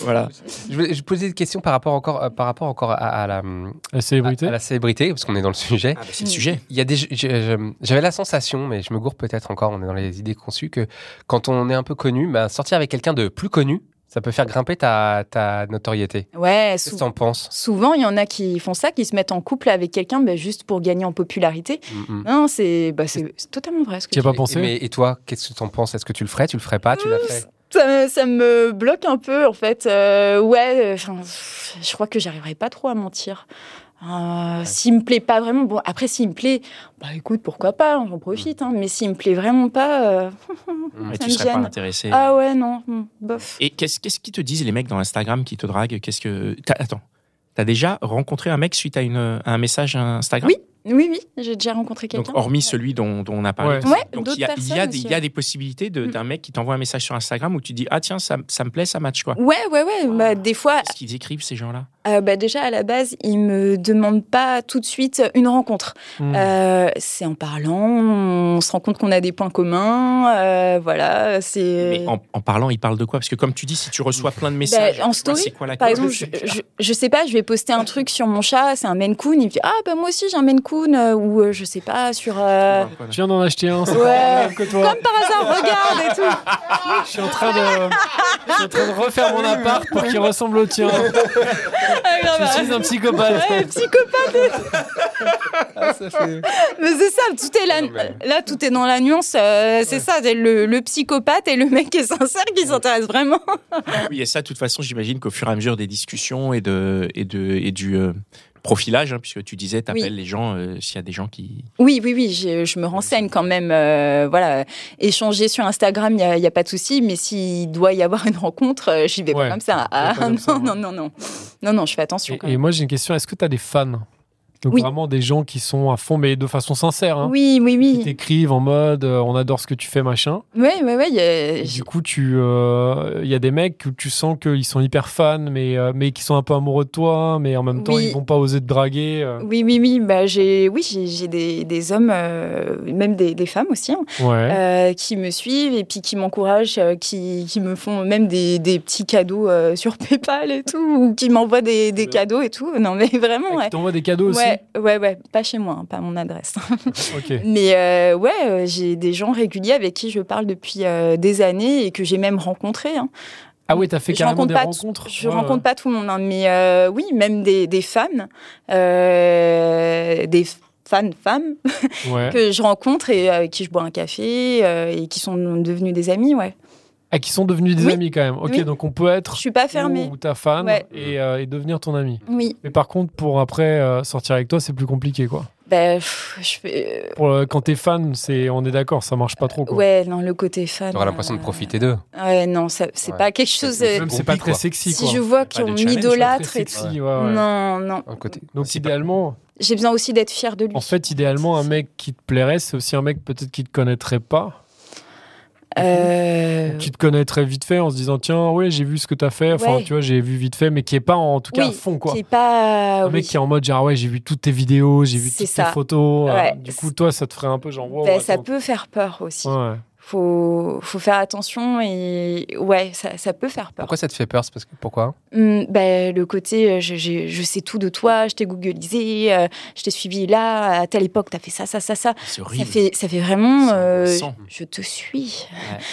Voilà. Je, voulais- je posais des questions par rapport encore, euh, par rapport encore à, à la, hum, La célébrité à- à la célébrité, parce qu'on est dans le sujet. Ah, bah, c'est Mm. le sujet. Il y a des, je- je- j'avais la sensation, mais je me gourre peut-être encore, on est dans les idées conçues, que quand on est un peu connu, bah, sortir avec quelqu'un de plus connu, ça peut faire grimper ta, ta notoriété. Ouais, Qu'est-ce sou- que t'en penses souvent, il y en a qui font ça, qui se mettent en couple avec quelqu'un bah, juste pour gagner en popularité. Mm, mm. Non, c'est bah, c'est c'est totalement vrai. Ce que Tu y as tu pas dis. pensé mais, Et toi, qu'est-ce que t'en penses Est-ce que tu le ferais Tu le ferais pas Tu l'as fait ça, me- ça me bloque un peu, en fait. Euh, ouais, euh, 'fin, pff, je crois que j'arriverai pas trop à mentir. Euh, S'il me plaît pas vraiment, bon après s'il me plaît, bah écoute pourquoi pas, j'en profite. hein. mais s'il me plaît vraiment pas, euh, Mm. Mais Ça tu me serais pas gêne. intéressé. ah ouais non, hmm, bof. Et qu'est-ce qu'est-ce qu'ils te disent les mecs dans Instagram qui te draguent Qu'est-ce que t'as- attends T'as déjà rencontré un mec suite à, une, à un message Instagram Oui, oui, j'ai déjà rencontré Donc quelqu'un. hormis celui dont, dont on a parlé. Ouais. Ouais, Donc d'autres il y a, il y a personnes des, il y aussi, a ouais. des possibilités de- Mm. d'un mec qui t'envoie un message sur Instagram où tu dis ah tiens ça, ça me plaît ça match quoi. Ouais, ouais, ouais. Bah, des fois, Qu'est-ce qu'ils écrivent ces gens-là euh, bah, déjà à la base, ils me demandent pas tout de suite une rencontre. Hmm. Euh, c'est en parlant, on se rend compte qu'on a des points communs. euh, voilà, c'est. Mais en, en parlant ils parlent de quoi Parce que comme tu dis si tu reçois plein de messages, Bah, en tu vois, story, c'est quoi la Par cause exemple, je, je, je sais pas, je vais poster un truc sur mon chat, c'est un Maine Coon, il me dit Ah, bah moi aussi j'ai un Maine Coon, euh, ou euh, je sais pas, sur. euh, Je viens d'en acheter un, c'est Ouais. pas le même que toi. Comme par hasard, regarde et tout Je suis en train de. Je suis en train de refaire mon appart pour qu'il ressemble au tien. [laughs] [laughs] Ah, grave, Je ouais. suis un psychopathe. Ouais, psychopathe. Ah, Mais c'est ça, tout est la- Non, mais- là, tout est dans la nuance. euh, c'est ça, c'est le, le psychopathe et le mec qui est sincère qui s'intéresse vraiment. Oui, et ça, de toute façon, j'imagine qu'au fur et à mesure des discussions et, de, et, de, et du euh, profilage, hein, puisque tu disais, tu Oui. les gens euh, s'il y a des gens qui. Oui, oui, oui, je, je me renseigne quand même. euh, voilà, échanger sur Instagram, il n'y a, y a pas de souci, mais s'il doit y avoir une rencontre, euh, j'y vais Ouais, pas comme ça. Ah, pas comme non, ça, ouais. non, non, non. Non, non, je fais attention quand Et, et même. moi, j'ai une question. Est-ce que tu as des fans Donc Oui. vraiment des gens qui sont à fond, mais de façon sincère. Hein, Oui, Qui oui, oui. t'écrivent en mode euh, on adore ce que tu fais, machin. Oui, oui, oui. Et du coup, tu, euh, il y a des mecs où tu sens qu'ils sont hyper fans, mais, euh, mais qui sont un peu amoureux de toi, mais en même temps, Oui. ils vont pas oser te draguer. euh. Oui, oui, oui. Bah, j'ai, oui, j'ai, j'ai des, des hommes, euh, même des, des femmes aussi, hein, Ouais. euh, qui me suivent et puis qui m'encouragent, euh, qui, qui me font même des, des petits cadeaux euh, sur [laughs] PayPal et tout, ou qui m'envoient des, des cadeaux et tout. Non, mais vraiment, Ah, ouais. Qui t'envoient des cadeaux Ouais, ouais, ouais, pas chez moi, hein, pas à mon adresse. [laughs] aussi. Ok. Mais euh, ouais, euh, j'ai des gens réguliers avec qui je parle depuis euh, des années et que j'ai même rencontrés. hein. Ah oui, t'as fait Je carrément rencontre des pas rencontres. Je Ouais, rencontre ouais. pas tout le monde, hein, mais euh, oui, même des, des femmes, euh, des fans femmes Ouais. que je rencontre et avec qui je bois un café euh, et qui sont devenues des amies, ouais. Ah, qui sont devenus des Oui. amis quand même. Ok, Oui. donc on peut Je être suis pas fermée. ou ta fan Ouais. et, euh, et devenir ton ami. Oui, Mais par contre, pour après euh, sortir avec toi, c'est plus compliqué quoi. ben pff, je fais- Pour, euh, quand t'es fan, c'est, on est d'accord, ça marche pas trop quoi. ouais, non, le côté fan. T'auras l'impression de euh, profiter d'eux. Ouais, non, ça- c'est Ouais. pas quelque chose. euh, Même c'est Compliqué, pas très quoi. sexy si quoi. je vois pas de qu'on challenge, C'est pas très m'idolâtre et tout. sexy, Ah ouais, ouais. Non, non. Un hein, côté. Donc C'est idéalement, J'ai besoin aussi d'être fière de lui. En fait, idéalement, un mec qui te plairait, c'est aussi un mec peut-être qui te connaîtrait pas, Euh, qui te connaîtrait vite fait en se disant tiens, ouais, j'ai vu ce que t'as fait, enfin, Ouais. tu vois, j'ai vu vite fait, mais qui est pas en tout cas oui, à fond, quoi. qui est pas. Un mec oui. qui est en mode genre ouais j'ai vu toutes tes vidéos, j'ai vu C'est toutes ça. tes photos. euh, Ouais. du coup toi ça te ferait un peu genre wow, Ben, ça attends. peut faire peur aussi. Ouais, ouais. Faut, faut faire attention et ouais, ça, ça peut faire peur. Pourquoi ça te fait peur c'est parce que, Pourquoi Hum, ben, le côté, euh, je, j'ai- je sais tout de toi, je t'ai googlisé, euh, je t'ai suivi là, à telle époque, t'as fait ça, ça, ça, ça. C'est Ça horrible. fait, ça fait vraiment. C'est euh, angoissant. je te suis.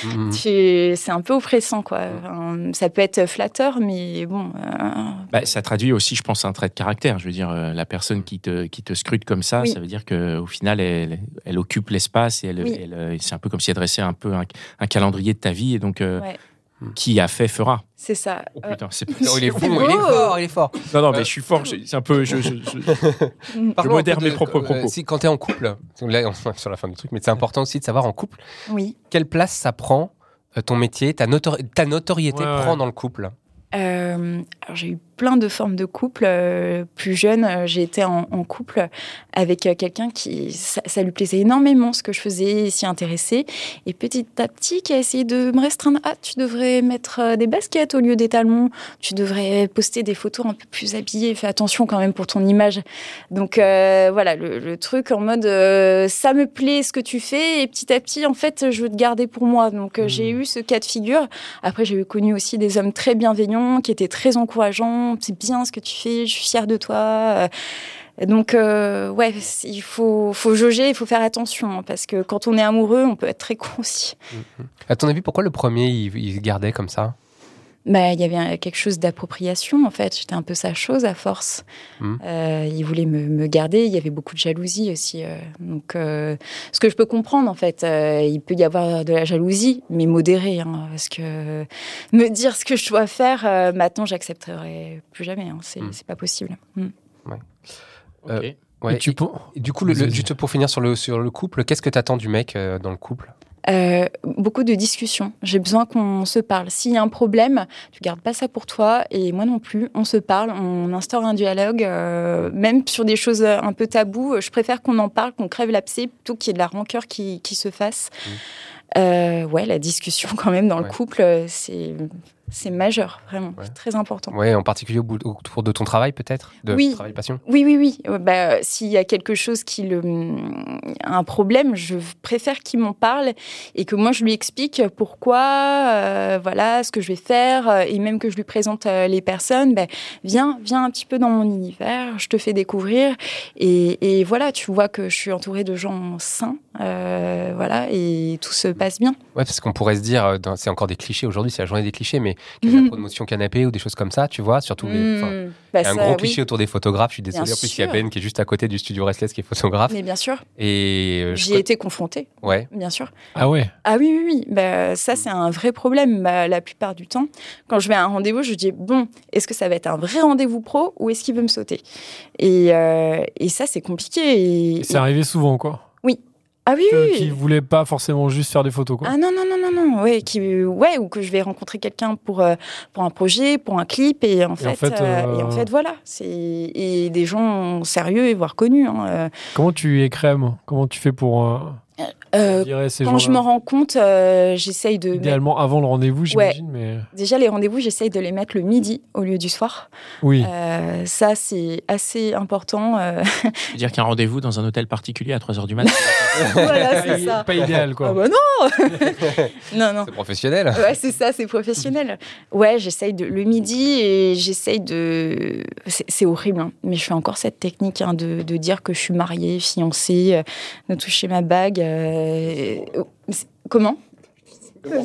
Hum. [laughs] Mhm. Tu- C'est un peu oppressant, quoi. Enfin, ça peut être flatteur, mais bon. euh, Bah, ça traduit aussi, je pense, un trait de caractère. Je veux dire, euh, la personne qui te, qui te scrute comme ça, Oui. ça veut dire qu'au final, elle, elle occupe l'espace et elle, Oui. elle, euh, c'est un peu comme si elle dressait un peu un, un calendrier de ta vie. Et donc, euh, Ouais. qui a fait fera. c'est ça. Oh Euh, putain, [laughs] c'est pas... Oh, il est C'est bon, beau. il est fort, il est fort. Non, non, mais je suis fort. je- C'est un peu. Je, je- je- hum, Parlons un modère peu mes propres euh, propos. si, quand tu es en couple, là [laughs] on est sur la fin du truc, mais c'est important aussi de savoir en couple oui. quelle place ça prend euh, ton métier, ta, notori- ta notoriété Ouais, ouais. prend dans le couple. Euh, alors, j'ai eu plein de formes de couple. Euh, plus jeune, euh, j'ai été en, en couple avec euh, quelqu'un qui. Ça, ça lui plaisait énormément ce que je faisais, il s'y intéressait. Et petit à petit, qui a essayé de me restreindre. Ah, tu devrais mettre euh, des baskets au lieu des talons. Tu devrais poster des photos un peu plus habillées. Fais attention quand même pour ton image. Donc, euh, voilà, le, le truc en mode euh, ça me plaît ce que tu fais. Et petit à petit, en fait, je veux te garder pour moi. Donc, euh, j'ai eu ce cas de figure. Après, j'ai eu connu aussi des hommes très bienveillants, qui étaient très encourageants. C'est bien ce que tu fais, je suis fière de toi. Euh, Donc, euh, ouais, c'est- il faut, faut jauger, il faut faire attention, hein, parce que quand on est amoureux, on peut être très [laughs] con aussi. À ton avis, pourquoi le premier, il, il se gardait comme ça Bah, il y avait un- quelque chose d'appropriation, en fait. J'étais un peu sa chose à force. Mhm. Euh, il voulait me, me garder, il y avait beaucoup de jalousie aussi. euh, donc, euh, ce que je peux comprendre, en fait, euh, il peut y avoir de la jalousie, mais modérée. hein, parce que me dire ce que je dois faire, euh, maintenant, j'accepterai plus jamais. hein, c'est Mhm. c'est pas possible. Mhm. Euh, Ok. Ouais, Et tu pen- et du coup, le- le- Vas-y. juste pour finir sur le, sur le couple, qu'est-ce que tu attends du mec euh, dans le couple Euh, beaucoup de discussions. J'ai besoin qu'on se parle. S'il y a un problème, tu gardes pas ça pour toi et moi non plus. On se parle, on instaure un dialogue, euh, même sur des choses euh, un peu taboues. Je préfère qu'on en parle, qu'on crève l'abcès, plutôt qu'il y ait de la rancœur qui, qui se fasse. Euh, ouais, la discussion [laughs] quand même dans Mmh. Ouais. le couple, euh, c'est c'est majeur, vraiment, Ouais. C'est très important. Ouais, en particulier au bout- autour de ton travail peut-être, de Oui. travail passion. Oui, oui, oui. Euh, bah, S'il y a quelque chose qui le, mm, un problème, je préfère qu'il m'en parle et que moi je lui explique pourquoi, euh, voilà, ce que je vais faire euh, et même que je lui présente euh, les personnes. Ben, viens, viens un petit peu dans mon univers, je te fais découvrir et, et voilà, tu vois que je suis entourée de gens sains, euh, voilà, et tout se passe bien. Ouais, parce qu'on pourrait se dire, euh, dans- c'est encore des clichés aujourd'hui, c'est la journée des clichés, [laughs] mais qu'il y a de la promotion canapé ou des choses comme ça, tu vois, surtout les. enfin, Mhm. Mm. Bah, Il y a un ça, gros oui. cliché autour des photographes, je suis désolé. Bien en plus, il y a sûr. Ben qui est juste à côté du studio Restless qui est photographe. Mais bien sûr, Et euh, je j'y co- ai été confrontée, Ouais. bien sûr. Ah ouais. Ah oui, oui, oui. Bah, Hmm. ça, c'est un vrai problème bah, la plupart du temps. Quand je vais à un rendez-vous, je dis, bon, est-ce que ça va être un vrai rendez-vous pro ou est-ce qu'il veut me sauter et, euh, et ça, c'est compliqué. Et, Et c'est arrivé souvent quoi. Ah oui, Que- oui. Qui voulait pas forcément juste faire des photos quoi. Ah non, non, non, non, non. Ouais, qui, ouais, ou que je vais rencontrer quelqu'un pour, euh, pour un projet, pour un clip. Et en, fait, fait, euh, et euh, en fait, voilà. C'est- Et des gens sérieux et voire connus. hein, euh. Comment tu écrèmes Comment tu fais pour euh, Euh, virer ces quand je gens-là m'en rends compte, euh, j'essaye de... mettre- Idéalement avant le rendez-vous j'imagine mais Déjà, les rendez-vous, j'essaye de les mettre le midi au lieu du soir. oui. Euh, ça, c'est assez important. [laughs] euh. [laughs] Je veux dire qu'un rendez-vous dans un hôtel particulier à 3h du matin. voilà, Pas, c'est i- ça. pas idéal quoi. Ah bah non [laughs] Non, non. C'est professionnel. Ouais, c'est ça, c'est professionnel. Ouais, j'essaye de le midi et j'essaye de. C'est c'est horrible, hein, mais je fais encore cette technique hein, de, de dire que je suis mariée, fiancée, euh, de toucher ma bague. euh, euh, c'est- Comment Ah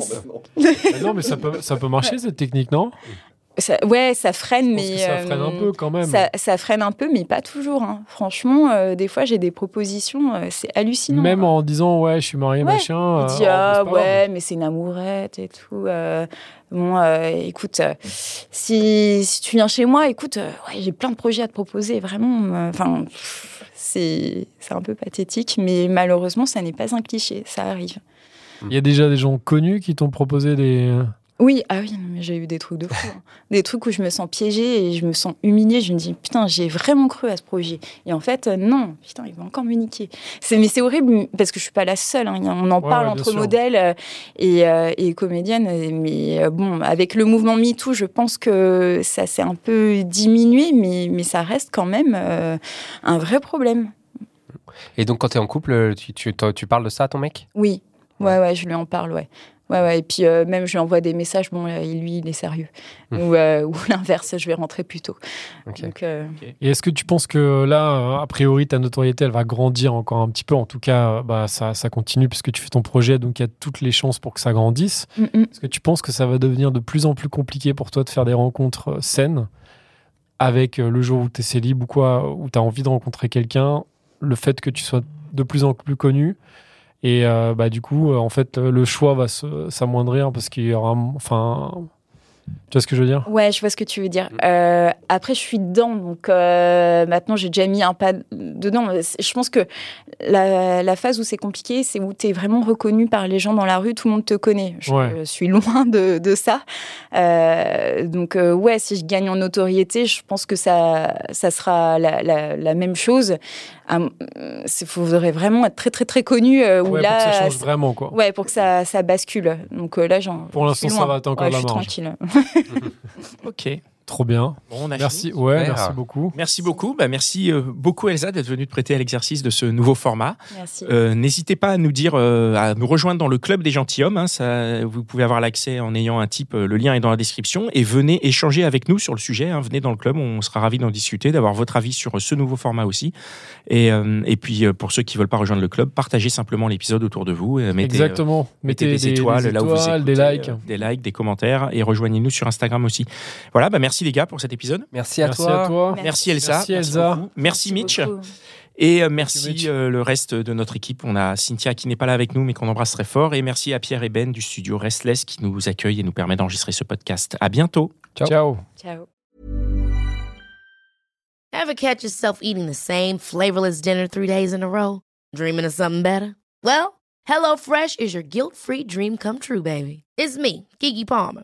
non mais ça peut ça peut marcher cette technique non Ça- Ouais, ça freine, Je pense que mais. ça euh, freine un peu quand même. Ça, ça freine un peu, mais pas toujours. hein. Franchement, euh, des fois, j'ai des propositions, euh, c'est hallucinant. Même en disant ouais je suis marié Ouais. machin. Il euh, dit oh, bah, ah c'est pas grave. ouais mais c'est une amourette et tout. euh, bon euh, écoute euh, si, si tu viens chez moi écoute euh, ouais, j'ai plein de projets à te proposer vraiment. euh, Enfin pff, c'est c'est un peu pathétique mais malheureusement ça n'est pas un cliché ça arrive. Il y a déjà des gens connus qui t'ont proposé des. Oui, ah oui, non, mais j'ai eu des trucs de fou. hein. Des trucs où je me sens piégée et je me sens humiliée. Je me dis, putain, j'ai vraiment cru à ce projet. Et en fait, euh, non, putain, il va encore me niquer. C'est, mais c'est horrible parce que je suis pas la seule. hein. Il y a- On en Ouais, parle ouais, bien entre sûr. modèles euh, et, euh, et commédiennes. euh, Mais euh, bon, avec le mouvement MeToo, je pense que ça s'est un peu diminué, mais, mais ça reste quand même euh, un vrai problème. Et donc, quand tu es en couple, tu, tu, toi, tu parles de ça à ton mec Oui, ouais, ouais, je lui en parle, ouais. Ouais, ouais, et puis euh, même je lui envoie des messages, bon, euh, lui, il est sérieux. Hmm. Ou, euh, [laughs] ou l'inverse, je vais rentrer plus tôt. Ok. Donc, euh, Et est-ce que tu penses que là, euh, a priori, ta notoriété, elle va grandir encore un petit peu En tout cas, euh, bah, ça, ça continue puisque tu fais ton projet, donc il y a toutes les chances pour que ça grandisse. mm, mm. Est-ce que tu penses que ça va devenir de plus en plus compliqué pour toi de faire des rencontres euh, saines avec euh, le jour où tu es célib ou quoi, où tu as envie de rencontrer quelqu'un, le fait que tu sois de plus en plus connu et euh, bah, du coup, euh, en fait, euh, le choix va se- s'amoindrir parce qu'il y aura. Enfin. Tu vois ce que je veux dire Ouais, je vois ce que tu veux Mm. dire. Euh, après, je suis dedans, donc euh, maintenant j'ai déjà mis un pas dedans. Je pense que la, la phase où c'est compliqué, c'est où tu es vraiment reconnu par les gens dans la rue, tout le monde te connaît. Je euh, Ouais. suis loin de, de ça. Euh, donc, euh, ouais, si je gagne en notoriété, je pense que ça, ça sera la, la- la même chose. Il faudrait vraiment être très, très, très connu. euh, où Ouais, là, pour que ça change vraiment, quoi. Ouais, pour que ça, ça bascule. Donc euh, là, j'en. Pour l'instant, ça va, t'as encore ouais, de la je suis marge. tranquille. Ok. Trop bien. Bon, on a Merci, fini. ouais, Super. merci beaucoup. Merci beaucoup. Bah, merci euh, beaucoup, Elsa, d'être venue te prêter à l'exercice de ce nouveau format. Merci. Euh, N'hésitez pas à nous dire, euh, à nous rejoindre dans le club des gentilshommes. hein. Ça, vous pouvez avoir l'accès en ayant un type. euh, Le lien est dans la description. Et venez échanger avec nous sur le sujet. hein. Venez dans le club. On sera ravis d'en discuter, d'avoir votre avis sur euh, ce nouveau format aussi. Et, euh, et puis, euh, pour ceux qui veulent pas rejoindre le club, partagez simplement l'épisode autour de vous. euh, mettez, euh, Exactement. Mettez des, étoiles, là où vous étoiles, écoutez, des likes. euh, des likes, des commentaires et rejoignez-nous sur Instagram aussi. Voilà, bah merci les gars pour cet épisode. Merci à Merci toi. à toi. Merci Elsa. Merci, Elsa. beaucoup. Merci, Mitch. beaucoup. Et euh, merci, Mitch. euh, le reste de notre équipe. On a Cynthia qui n'est pas là avec nous mais qu'on embrasse très fort. Et merci à Pierre et Ben du studio Restless qui nous accueille et nous permet d'enregistrer ce podcast. À bientôt. Ciao. Ciao. Ciao. Ever catch yourself eating the same flavorless dinner three days in a row? Dreaming of something better? Well, HelloFresh is your guilt free dream come true, baby. It's me, Kiki Palmer.